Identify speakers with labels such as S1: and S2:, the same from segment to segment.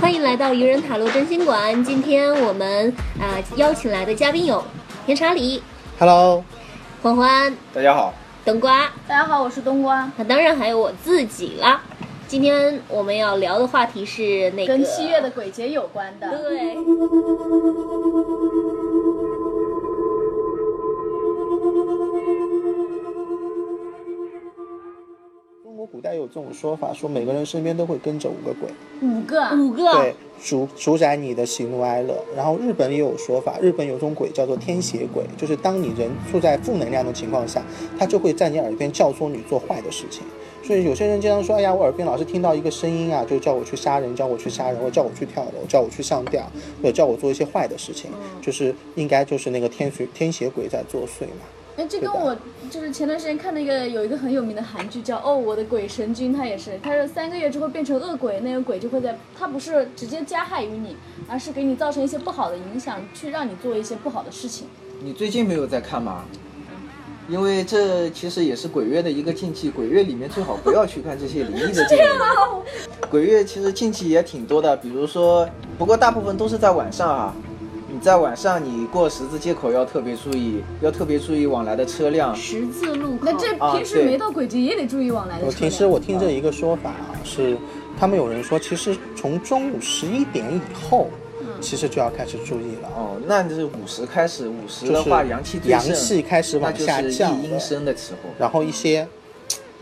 S1: 欢迎来到愚人塔罗真心馆。今天我们啊、呃邀请来的嘉宾有甜茶里、
S2: Hello，
S1: 欢欢、
S2: 大家好。
S1: 冬瓜，
S3: 大家好，我是冬瓜，
S1: 那当然还有我自己啦。今天我们要聊的话题是那个
S3: 跟七月的鬼节有关的。
S1: 对。
S2: 中国古代有这种说法，说每个人身边都会跟着五个鬼，
S3: 五个
S2: 嗯
S3: 啊，
S1: 五个
S2: 对，主主宰你的喜怒哀乐。然后日本也有说法，日本有种鬼叫做天邪鬼，就是当你人处在负能量的情况下，他就会在你耳边教唆你做坏的事情。所以有些人经常说，哎呀，我耳边老是听到一个声音啊，就叫我去杀人，叫我去杀人，或叫我去跳楼，叫我去上吊，或者叫我做一些坏的事情，就是应该就是那个天邪天邪鬼在作祟嘛。
S3: 哎，这
S2: 对
S3: 跟
S2: 的
S3: 我就是前段时间看那个有一个很有名的韩剧叫《哦我的鬼神君》，它也是，它是三个月之后变成恶鬼，那个鬼就会在，它不是直接加害于你，而是给你造成一些不好的影响，去让你做一些不好的事情。
S4: 你最近没有在看吗？因为这其实也是鬼月的一个禁忌，鬼月里面最好不要去看这些灵异 的电影。鬼月其实禁忌也挺多的，比如说，不过大部分都是在晚上啊。你在晚上你过十字街口要特别注意，要特别注意往来的车辆。
S1: 十字路口
S3: 那，这
S4: 啊
S3: 平时
S4: 对
S3: 没到鬼节也得注意往来的
S2: 我
S3: 车
S2: 呃其实
S3: 辆。
S2: 我听这一个说法啊，是他们有人说，其实从中午十一点以后，
S1: 嗯
S2: 其实就要开始注意了啊。
S4: 哦，那就是五十开始，五十
S2: 就
S4: 的
S2: 是
S4: 话阳气最
S2: 阳
S4: 盛，
S2: 气开始
S4: 那
S2: 往
S4: 就
S2: 下
S4: 是
S2: 降
S4: 一阴
S2: 了
S4: 生的时候。
S2: 然后一些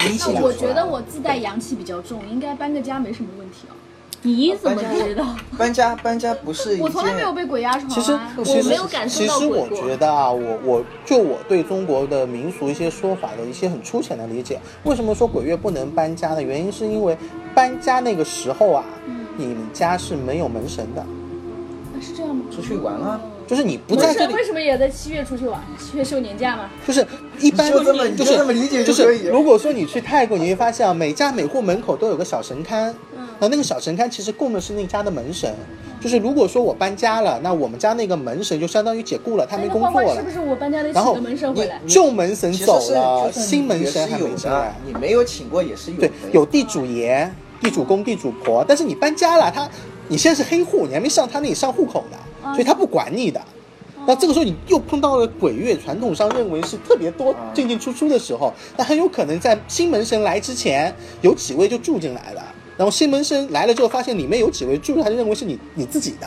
S4: 阴气
S3: 那
S4: 就
S3: 我
S4: 出
S3: 觉
S4: 来
S3: 得
S4: 了
S3: 我自带阳气比较重，应该搬个家没什么问题哦。
S1: 你怎么知道？
S4: 搬家搬家不是一
S3: 我从来没有
S4: 件
S3: 被鬼压床、啊。
S2: 其实
S1: 我
S2: 其实
S1: 没有感受
S2: 其
S1: 到
S2: 实
S1: 鬼
S2: 我
S1: 过
S2: 觉得啊，我我就我对中国的民俗一些说法的一些很粗浅的理解，为什么说鬼月不能搬家呢？原因是因为搬家那个时候啊，
S1: 嗯
S2: 你们家是没有门神的，
S3: 啊是这样吗？
S4: 出去玩啊。
S2: 就是你不
S3: 不
S2: 在
S3: 是
S2: 这里
S3: 为什么也在七月出去玩？七月休年假吗？
S2: 就是一般
S4: 你就这么
S2: 就
S4: 你就是这么理解
S2: 就
S4: 就可以
S2: 是如果说你去泰国，你会发现啊，每家每户门口都有个小神龛，
S3: 嗯
S2: 那那个小神龛其实供的是那家的门神。就是如果说我搬家了，那我们家那个门神就相当于解雇了，他没
S3: 那
S2: 工
S3: 欢
S2: 作
S3: 欢是
S2: 了
S3: 不，是我搬家得
S2: 然
S3: 请
S2: 后
S3: 个门神回来？
S2: 旧门神
S4: 其实
S2: 走
S4: 是
S2: 了，
S4: 就是
S2: 新门神
S4: 也
S2: 还
S4: 是有
S2: 没进
S4: 的
S2: 来，。
S4: 你没有请过也是有的
S2: 对
S4: 呀。，
S2: 有地主爷、地主公、地主婆，但是你搬家了，他你现在是黑户，你还没上他那里上户口呢，所以他不管你的。那这个时候你又碰到了鬼月，传统上认为是特别多
S4: 啊
S2: 进进出出的时候，那很有可能在新门神来之前，有几位就住进来了，然后新门神来了之后，发现里面有几位住，他就认为是你你自己的，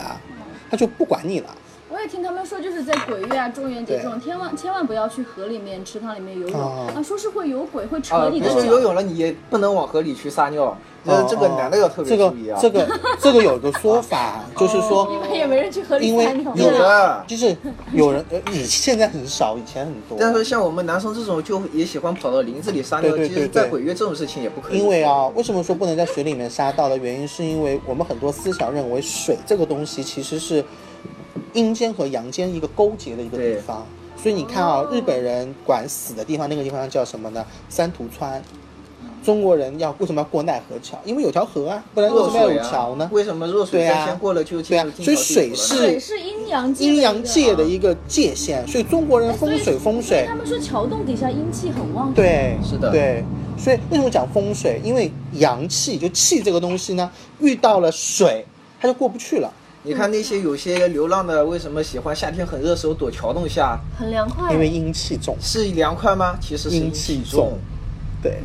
S2: 他就不管你了。
S3: 我也听他们说，就是在鬼月啊、中元节这种，千万千万不要去河里面、池塘里面游泳
S2: 哦
S3: 啊，说是会有鬼，会
S4: 啊，
S3: 扯你
S4: 比
S3: 的脚
S4: 如说。游泳了，你也不能往河里去撒尿，那这个
S2: 哦
S4: 男的要特别
S2: 这个
S4: 注意啊。
S2: 这个这个有个说法，就是说
S3: 一 般也没人去河里
S2: 因
S3: 撒
S2: 为
S3: 尿。
S4: 有的，
S2: 就是有人，呃，你现在很少，以前很多。
S4: 但是像我们男生这种就也喜欢跑到林子里撒尿，
S2: 对对
S4: 其实，
S2: 对
S4: 在
S2: 对
S4: 鬼月这种事情也不可以。
S2: 因为啊，为什么说不能在水里面杀到的原因，是因为我们很多思想认为水这个东西其实是阴间和阳间一个勾结的一个地方。所以你看啊，日本人管死的地方，那个地方叫什么呢？三途川。中国人要为什么要过奈何桥？因为有条河啊，不然为
S4: 弱
S2: 什么要
S4: 水
S2: 有
S4: 啊
S2: 桥呢？
S4: 为什么弱水
S2: 对啊
S4: 在先过了就
S2: 对
S4: 进
S2: 啊
S4: 入，进
S2: 所以
S4: 朝地
S2: 水
S4: 府了
S2: 是
S3: 水是阴阳界的
S2: 阴
S3: 一个
S2: 阳界的一个界限，所以中国人风水风
S3: 哎所以
S2: 水
S3: 他们说桥洞底下阴气很旺。，
S2: 对，
S4: 是的
S2: 对。所以为什么讲风水？因为阳气就气这个东西呢，遇到了水，它就过不去了，
S4: 你看那些有些流浪的，为什么喜欢夏天很热的时候躲桥洞下？
S3: 很凉快。
S1: 嗯
S2: 因为阴气重。
S4: 是凉快吗？其实是
S2: 阴气
S4: 气
S2: 重对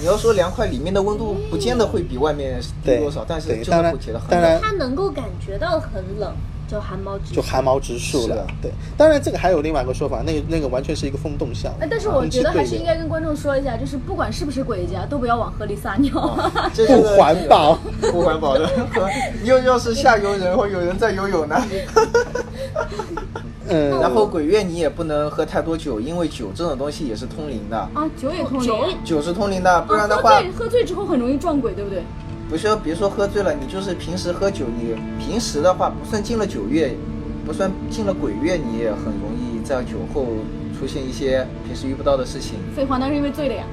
S4: 你要说凉快，里面的温度不见得会比外面低
S2: 对，
S4: 多少，但是
S2: 对
S4: 就
S2: 当
S4: 是
S2: 然
S4: 会觉得很
S2: 当
S4: 冷
S2: 然
S1: 它能够感觉到很冷，就汗毛直竖
S2: 就汗毛直竖
S4: 是
S2: 了
S4: 啊的。
S2: 对，当然这个还有另外一个说法，那个那个完全是一个风动效
S3: 哎，
S2: 应。
S3: 但是我觉得还是
S2: 阴气对
S3: 应
S2: 流
S3: 该跟观众说一下，就是不管是不是鬼节啊，都不要往河里撒
S2: 哦
S3: 尿。
S4: 这
S2: 不环 保，
S4: 不环保的。又要是下游人或有人在游泳呢，
S2: 嗯，
S4: 然后鬼月你也不能喝太多酒，因为酒这种东西也是通灵 的，
S3: 啊，酒也通灵
S1: 酒
S3: 啊。
S4: 酒是通灵的，不然的
S3: 喝
S4: 话，
S3: 醉喝醉之后很容易撞鬼，对不对？
S4: 不是说别说喝醉了，你就是平时喝酒，你平时的话不算进了九月，不算进了鬼月，你也很容易在酒后出现一些平时遇不到的事情。
S3: 废话，那是因为醉了呀。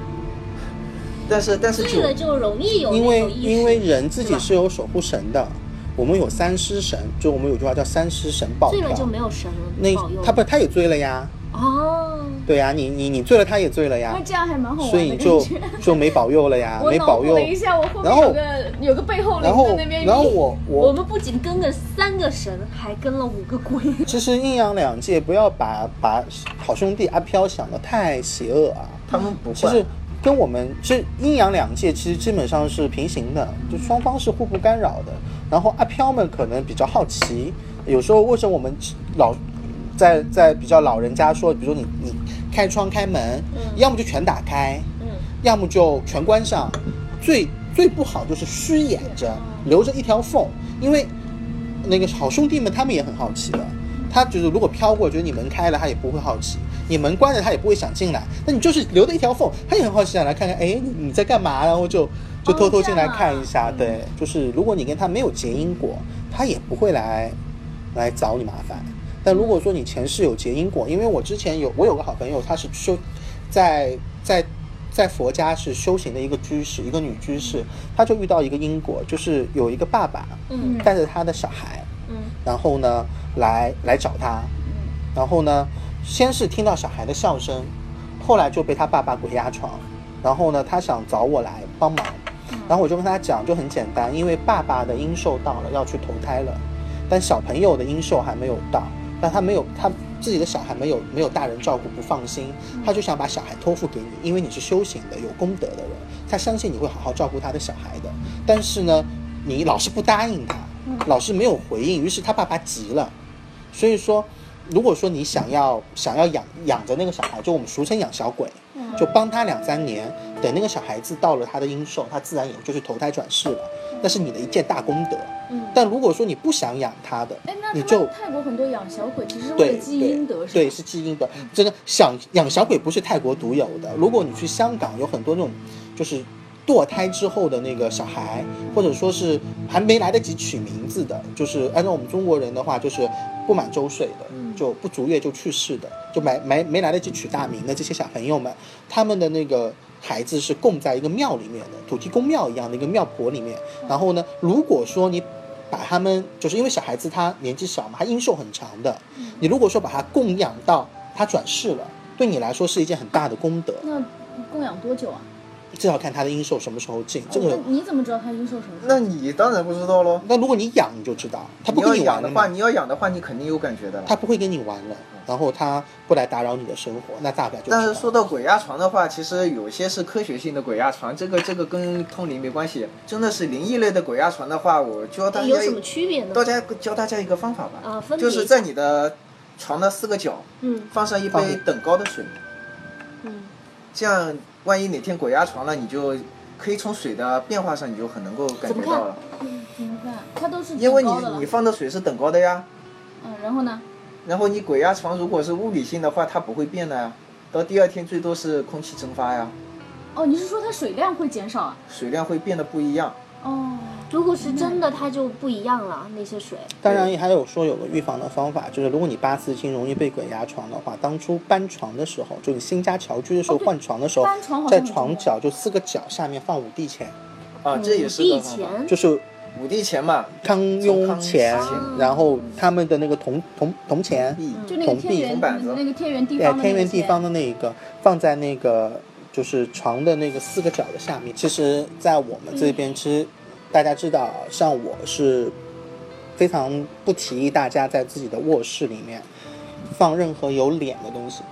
S4: 但是但是
S1: 醉
S4: 酒
S1: 了就容易有那
S2: 因
S1: 种
S2: 为
S1: 意识，
S2: 因为人自
S1: 是
S2: 己
S1: 吧
S2: 是有守护神的，我们有三尸神，就我们有句话叫三尸神保
S1: 醉了
S2: 佑
S1: 就没有神了，
S2: 那
S1: 保佑
S2: 他不他也追了呀，
S1: 哦，
S2: 对呀、你你你醉了，他也醉了呀
S3: 那，这样还蛮好玩的
S2: 啊所以
S3: 感
S2: 就
S3: 觉。
S2: 就没保佑了呀， 啊
S3: 我
S2: 没
S3: 脑
S2: 保
S3: 补
S2: 佑
S3: 了。一下，我后
S2: 然
S3: 面
S2: 后
S3: 有个有个背后
S2: 然
S3: 灵在
S2: 后
S3: 那边，
S2: 然后 我
S1: 我
S2: 我
S1: 们不仅跟了三个神，还跟了五个鬼。
S2: 其实阴阳两界不要把把好兄弟阿飘想的太邪恶啊，
S4: 他们不
S2: 其实
S4: 会。
S2: 跟我们这阴阳两界其实基本上是平行的，就双方是互不干扰的。然后阿飘们可能比较好奇，有时候为什么我们老在在比较老人家说，比如你你开窗开门，
S3: 嗯
S2: 要么就全打开，
S1: 嗯，
S2: 要么就全关上，最最不好就是虚掩着，留着一条缝，因为那个好兄弟们他们也很好奇的，他觉得如果飘过，觉得你门开了，他也不会好奇；你门关了，他也不会想进来。那你就是留着一条缝，他也很好奇，想来看看，哎，你你在干嘛？然后就就偷偷进来看一下。对，就是如果你跟他没有结因果，他也不会来来找你麻烦。但如果说你前世有结因果，因为我之前有我有个好朋友，他是修在在在佛家是修行的一个居士，一个女居士，她就遇到一个因果，就是有一个爸爸，
S1: 嗯
S2: 带着他的小孩，
S1: 嗯，
S2: 然后呢来来找他，然后呢先是听到小孩的笑声，后来就被他爸爸鬼压床，然后呢他想找我来帮忙，然后我就跟他讲就很简单，因为爸爸的阴寿到了要去投胎了，但小朋友的阴寿还没有到，但他没有他自己的小孩没有没有大人照顾不放心，他就想把小孩托付给你，因为你是修行的有功德的人，他相信你会好好照顾他的小孩的，但是呢你老是不答应他，老是没有回应，于是他爸爸急了。所以说，如果说你想要想要养养着那个小孩，就我们俗称养小鬼，就帮他两三年，等那个小孩子到了他的阴寿，他自然也就是投胎转世了。那是你的一件大功德。但如果说你不想养他的
S3: 嗯哎，那，
S2: 你
S3: 他
S2: 就
S3: 们泰国很多养小鬼，其实是为
S2: 对
S3: 了积阴德，
S2: 对
S3: 是吧？
S2: 对是基因的。真的，想养小鬼不是泰国独有的。如果你去香港，有很多那种就是堕胎之后的那个小孩，或者说是还没来得及取名字的，就是按照我们中国人的话，就是不满周岁的，
S3: 嗯
S2: 就不足月就去世的，就没没没来得及取大名的这些小朋友们，他们的那个。孩子是供在一个庙里面的土地公庙一样的一个庙婆里面，然后呢，如果说你把他们，就是因为小孩子他年纪小嘛，他阴寿很长的，你如果说把他供养到他转世了，对你来说是一件很大的功德。
S3: 那供养多久啊？
S2: 这要看他的阴寿什么时候尽。这
S3: 那
S2: 个，
S3: 你怎么知道他阴寿什么时候？
S4: 那你当然不知道喽。
S2: 那如果你养你就知道，他不
S4: 你要
S2: 跟
S4: 养
S2: 玩
S4: 的
S2: 了
S4: 话，
S2: 嘛，
S4: 你要养的话，你肯定有感觉的了。
S2: 他不会跟你玩了，然后他不来打扰你的生活，那大概就知道
S4: 但是说到鬼压床的话，其实有些是科学性的鬼压床，这个这个跟通灵没关系。真的是灵异类的鬼压床的话，我教大家
S1: 哎有什么区别呢？
S4: 大家教大家一个方法吧，
S1: 啊分别
S4: 就是在你的床的四个角
S1: 嗯
S4: 放上一
S2: 放
S4: 杯等高的水，
S1: 嗯
S4: 这样万一哪天鬼压床了，你就可以从水的变化上，你就很能够感
S1: 怎么
S4: 觉
S1: 看
S4: 到了，
S3: 怎么办？他都是
S4: 因为你
S3: 挺高的了
S4: 你放的水是等高的呀。
S3: 嗯，然后呢？
S4: 然后你鬼压床如果是物理性的话，它不会变的呀，到第二天最多是空气蒸发呀，
S3: 哦，你是说它水量会减少啊？
S4: 水量会变得不一样。
S3: 哦，
S1: 如果是真的，它就不一样了，那些水。
S2: 当然还有说有个预防的方法，就是如果你八字经容易被鬼压床的话，当初搬床的时候，就你新家侨居的时候
S3: 哦对
S2: 换床的时候，
S3: 搬床好像
S2: 在
S3: 很重
S2: 床
S3: 要
S2: 角就四个角下面放五帝钱，
S1: 嗯
S4: 啊，这也是
S1: 以
S4: 个方法。
S1: 前
S2: 就是
S4: 五帝钱嘛，
S2: 康雍钱
S4: 从康雍
S1: 乾，
S2: 然后他们的那个铜铜铜钱，
S1: 嗯
S4: 币
S3: 就那个
S2: 铜
S3: 天
S2: 币
S3: 圆
S4: 铜板子
S3: 那个天圆地
S2: 对
S3: 方，的
S2: 天
S3: 那
S2: 圆
S3: 些哦
S2: 地方的那一个放在那个就是床的那个四个角的下面。其实，在我们这边，其实大家知道，像我是非常不提议大家在自己的卧室里面放任何有脸的东西，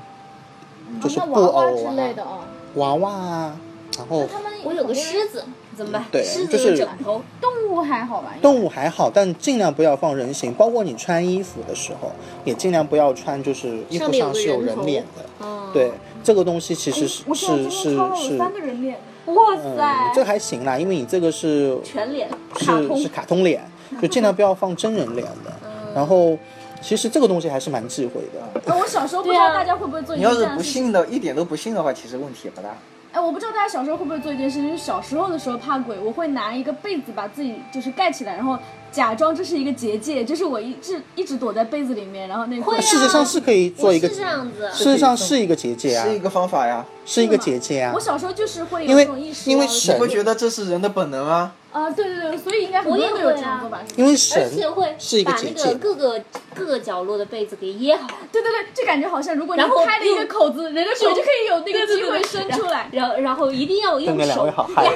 S2: 就
S3: 哦
S2: 是
S3: 那
S2: 布
S3: 娃娃
S2: 偶
S3: 之类的
S2: 啊、
S3: 哦。
S2: 娃娃啊，然
S3: 那
S2: 后
S3: 他们
S1: 我有个狮
S3: 狮
S1: 子，怎么办？
S2: 对
S1: 狮子
S2: 就是
S1: 有枕头，
S3: 动物还好吧？
S2: 动物还好，但尽量不要放人形，包括你穿衣服的时候，也尽量不要穿就是衣
S1: 上
S2: 服
S1: 面有
S2: 上
S1: 个
S2: 是有
S1: 人头
S2: 人脸的。
S1: 哦，
S2: 对，这个东西其实是
S3: 哎我
S2: 是
S3: 现在
S2: 是
S3: 今天超了
S2: 是
S3: 有，三个人脸，哇
S2: 嗯，这还行啦，因为你这个是
S1: 全脸。
S3: 卡
S2: 是
S3: 通
S2: 是卡通脸，就尽量不要放真人脸的。然后，其实这个东西还是蛮忌讳的。
S3: 那我小时候不知
S1: 对
S3: 道
S1: 啊
S3: 大家会不会做一
S4: 你要
S3: 件这
S4: 是
S3: 样
S4: 不
S3: 的事情。
S4: 信的，一点都不信的话，其实问题也不大。
S3: 哎，我不知道大家小时候会不会做一件事情，就是小时候的时候怕鬼，我会拿一个被子把自己就是盖起来，然后假装这是一个结界，就是我一直一直躲在被子里面，然后那
S1: 会
S3: 鬼
S1: 啊
S2: 事实上是可以做一个，
S1: 我是这样子，
S2: 事实上是一个结界啊，
S4: 是一个方法呀。
S2: 是一个结界啊
S3: 我。小时候就是会
S2: 因
S3: 有
S2: 为
S3: 这种意识啊，
S2: 因为
S3: 我觉得
S2: 神
S4: 你会觉得这是人的本能啊，
S3: 啊，对对对，所以应该很多
S1: 我也
S3: 人都有
S1: 会
S3: 这
S1: 啊
S3: 种做法。是吧
S2: 因为
S1: 而
S2: 神
S1: 且会
S2: 是一个
S1: 把
S2: 结
S1: 那
S2: 界
S1: 个，各个各个角落的被子给掖好，
S3: 对对对，就感觉好像如果你
S1: 然后
S3: 开了一个
S1: 用
S3: 口子，人的哎手就可以有那个
S1: 对对
S3: 机
S1: 对
S3: 会
S1: 对
S3: 伸出来。
S1: 然后然后一定要
S2: 对
S1: 用
S2: 面两
S1: 手
S2: 位好嗨。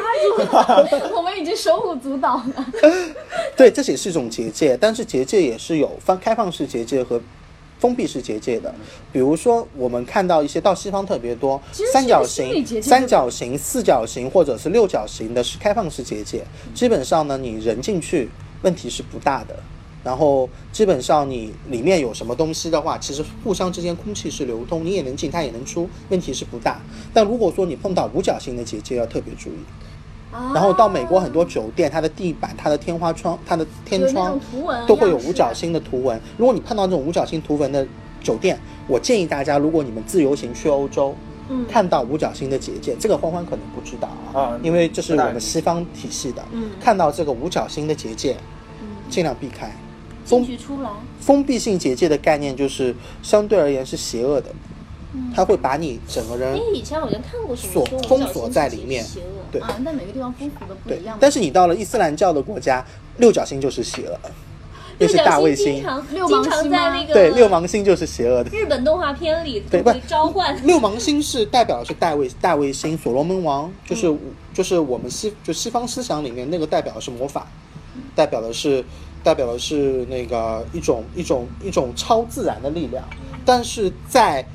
S3: 我们已经手舞足蹈了。
S2: 对，这也是一种结界，但是结界也是有分开放式结界和封闭式结界的。比如说，我们看到一些到西方特别多
S3: 其实，
S2: 三角
S3: 是一个心理结
S2: 形、
S3: 界
S2: 三角形、四角形或者是六角形的是开放式结界，基本上呢，你人进去问题是不大的。然后基本上你里面有什么东西的话，其实互相之间空气是流通，你也能进，它也能出，问题是不大。但如果说你碰到五角形的结界，要特别注意。
S1: 啊
S2: 然后到美国很多酒店，它的地板、它的天花窗、它的天
S3: 有那
S2: 窗
S3: 种图文
S2: 都会有
S3: 样式
S2: 五角星的图文。如果你碰到这种五角星图文的酒店，我建议大家，如果你们自由行去欧洲，
S1: 嗯
S2: 看到五角星的结界，这个欢欢可能不知道啊
S4: 啊，
S2: 因为这是
S4: 不
S2: 我
S4: 大
S2: 们西方体系的，
S1: 嗯
S2: 看到这个五角星的结界，尽量避开。
S1: 进
S2: 封
S1: 去出来，
S2: 封闭性结界的概念就是相对而言是邪恶的，它会把你整个人
S1: 因哎为以前好像看过什么
S2: 锁
S1: 嗯哎说我们
S2: 封
S1: 小时候
S2: 锁在
S1: 自己
S2: 里面
S1: 邪恶
S2: 对
S3: 啊，但每个地方风俗都不
S2: 对
S3: 一样。，
S2: 但是你到了伊斯兰教的国家，六角星就是邪恶，又
S1: 六
S2: 是
S1: 角
S2: 大卫
S1: 经
S2: 星，
S1: 常
S3: 六芒
S1: 经常
S3: 星
S1: 在
S3: 吗
S1: 那个
S2: 对，六芒星就是邪恶的。
S1: 日本动画片里
S2: 对不
S1: 会召唤，
S2: 六芒星是代表的是大卫大卫星，所罗门王就是、就是我们西就西方思想里面那个代表的是魔法，代表的是代表的是那个一种一种一种超自然的力量，但是在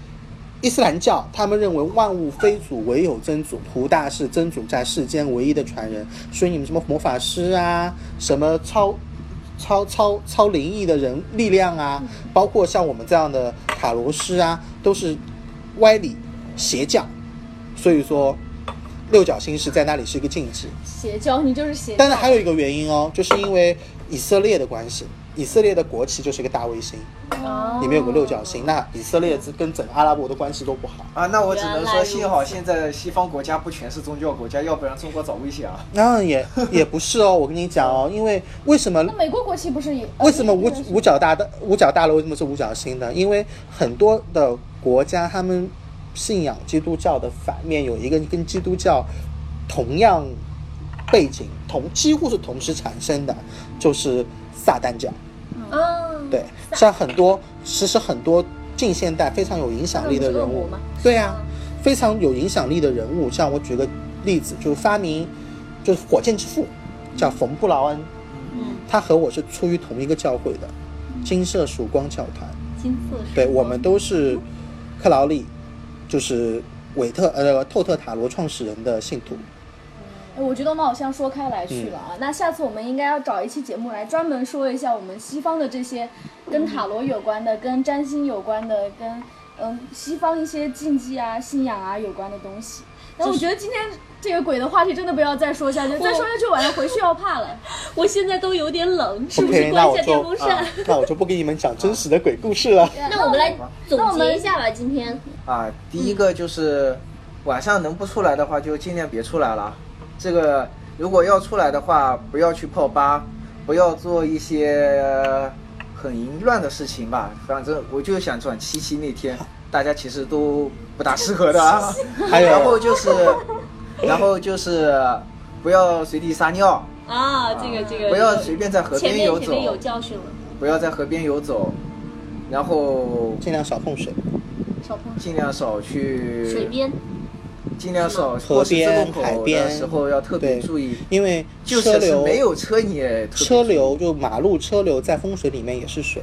S2: 伊斯兰教，他们认为万物非主，唯有真主，胡大是真主在世间唯一的传人，所以你们什么魔法师啊，什么超超超超灵异的人力量啊，包括像我们这样的塔罗师啊，都是歪理邪教，所以说六角星是在那里是一个禁忌。
S3: 邪教，你就是邪教
S2: 当。然还有一个原因哦，就是因为以色列的关系，以色列的国旗就是一个大卫星，
S3: 哦
S2: 里面有个六角星，那以色列跟整个阿拉伯的关系都不好。
S4: 啊，那我只
S1: 原
S4: 能
S1: 来如
S4: 说，
S1: 此
S4: 幸好现在西方国家不全是宗教国家，要不然中国早危险啊。
S2: 那也也不是哦，我跟你讲哦，因为为什么
S3: 那美国国旗不是也？呃
S2: 为什么五
S3: 那个是
S2: 五角大的五角大楼为什么是五角星呢？因为很多的国家他们信仰基督教的反面有一个跟基督教同样背景同几乎是同时产生的，就是撒旦教。
S1: 啊，
S2: 对，像很多其实很多近现代非常有影响力的人
S3: 那不是恶
S2: 物
S3: 魔吗，
S2: 对啊，非常有影响力的人物，像我举个例子，就是发明就是火箭之父，叫冯布劳恩，
S1: 嗯，
S2: 他和我是出于同一个教会的，金色曙光教团，
S1: 金色是
S2: 对我们都是克劳利，就是韦特呃透特塔罗创始人的信徒，
S3: 哎我觉得我们好像说开来去了啊。那下次我们应该要找一期节目来专门说一下我们西方的这些跟塔罗有关的、跟占星有关的、跟嗯西方一些禁忌啊、信仰啊有关的东西。但我觉得今天这个鬼的话题真的不要再说下去，再说下去晚上回去要怕了。
S1: 我现在都有点冷，是不
S2: OK，
S1: 是
S2: 那
S1: 关一
S2: 我
S1: 下
S2: 就
S1: 电风
S2: 啊
S1: 扇？，
S2: 那我就不给你们讲真实的鬼故事了。
S1: 那我们来
S3: 那我
S1: 总
S3: 们
S1: 结一下吧，今天
S4: 啊，第一个就是晚上能不出来的话，就尽量别出来了。这个如果要出来的话，不要去泡吧，不要做一些呃很淫乱的事情吧。反正我就想转七夕那天，大家其实都不大适合的啊。
S2: 还有
S4: 然后就是，然后就是不要随地撒尿，
S1: 啊，这个这个
S4: 不要随便在河
S1: 前
S4: 边
S1: 面
S4: 游
S1: 前面有
S4: 走，
S1: 教训了，
S4: 不要在河边游走，然后
S2: 尽量少碰水，
S3: 少碰
S4: 尽量少去
S1: 水边
S4: 尽量少
S2: 嗯河
S4: 过十字
S2: 边
S4: 路口
S2: 海边
S4: 的时候要特别
S2: 对
S4: 注意，
S2: 因为
S4: 就
S2: 车
S4: 算是
S2: 流
S4: 没有车你也特别
S2: 车
S4: 注意
S2: 流就马路车流在风水里面也是水，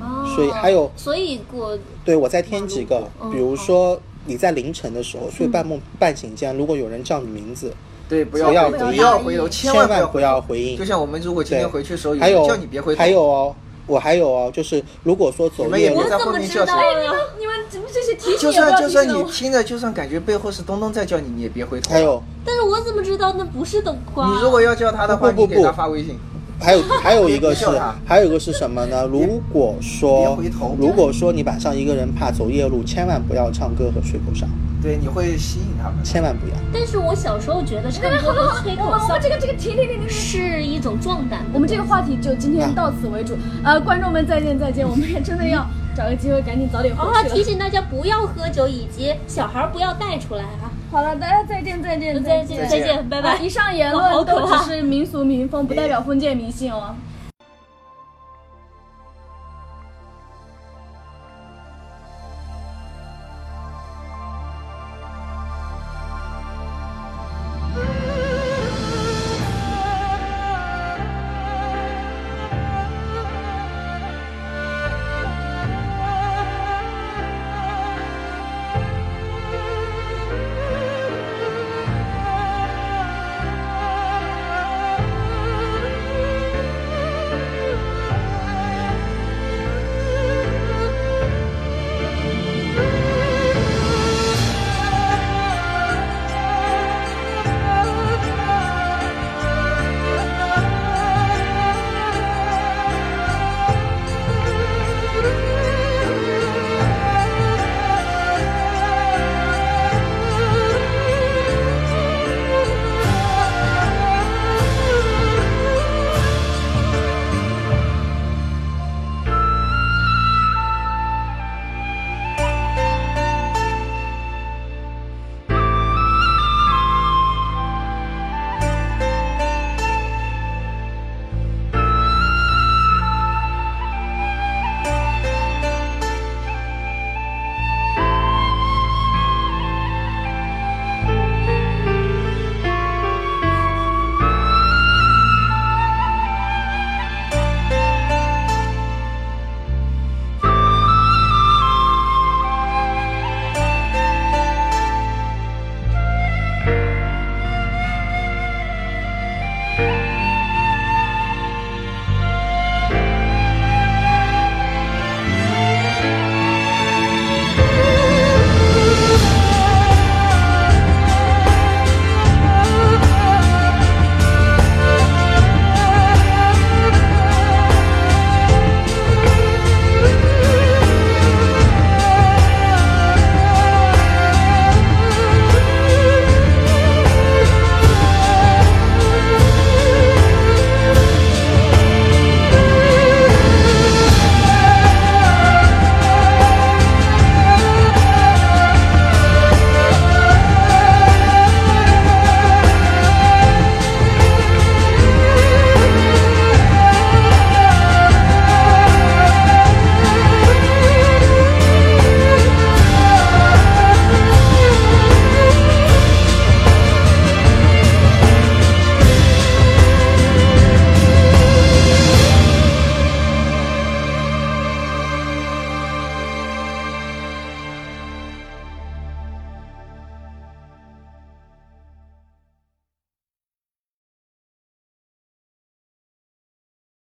S1: 啊，
S2: 所以还有
S1: 所以我
S2: 对我再添几个，
S1: 马路
S2: 比
S4: 哦
S2: 如说你在凌晨的时候睡
S4: 嗯
S2: 半梦半醒间，如果有人叫你名字，
S4: 对，不
S2: 不
S4: 要
S2: 要
S4: 回
S2: 不要
S4: 头不要回头，
S2: 千
S4: 千万
S2: 万不
S4: 要
S2: 要
S4: 回
S2: 回
S4: 头。
S2: 应
S4: 就。像我们如果今天
S2: 对，
S4: 回去的时候，
S2: 还
S4: 有
S2: 有
S4: 人叫你别回头，
S2: 还有哦，我还有哦，就是如果说走
S4: 你们
S2: 夜
S4: 也
S2: 路
S4: 别，在
S1: 我
S4: 后
S1: 怎么
S4: 面
S1: 知
S4: 叫
S1: 道
S4: 谁
S1: 呀？
S3: 你们你们这些提醒
S4: 就
S3: 也不
S4: 算
S3: 要
S4: 就
S3: 提
S4: 算
S3: 醒
S4: 你
S3: 我。
S4: 听着，就算感觉背后是东东在叫你，你也别回头。
S2: 还有
S1: 但是我怎么知道那不是灯光？啊
S4: 你如果要叫他的话，
S2: 不不不
S4: 你给他发微信。
S2: 还有 还有一个是
S4: 别别叫他
S2: 还有一个是什么呢？如果
S4: 别
S2: 说
S4: 回头
S2: 如果说你晚上一个人怕走夜路，千万不要唱歌和吹口哨，
S4: 对，你会吸引他们。
S2: 千万不要。
S1: 但是我小时候觉得唱歌和吹口
S3: 我们我
S1: 哨
S3: 们这个这个停停停停停，
S1: 是一种壮胆的
S3: 我们这个话题就今天到此为止。呃，观众们再见再见，我们也真的要找个机会赶紧早点回
S1: 然后
S3: 去
S1: 哦提
S3: 了。
S1: 醒大家不要喝酒，以及小孩儿不要带出来啊！
S3: 好了，大家再见再见
S1: 再见，
S4: 再
S1: 再
S4: 见
S1: 见，拜拜
S3: 啊。以上言
S1: 好
S3: 论
S1: 可
S3: 都
S1: 怕
S3: 只是民俗民风，不代表封建迷信哦。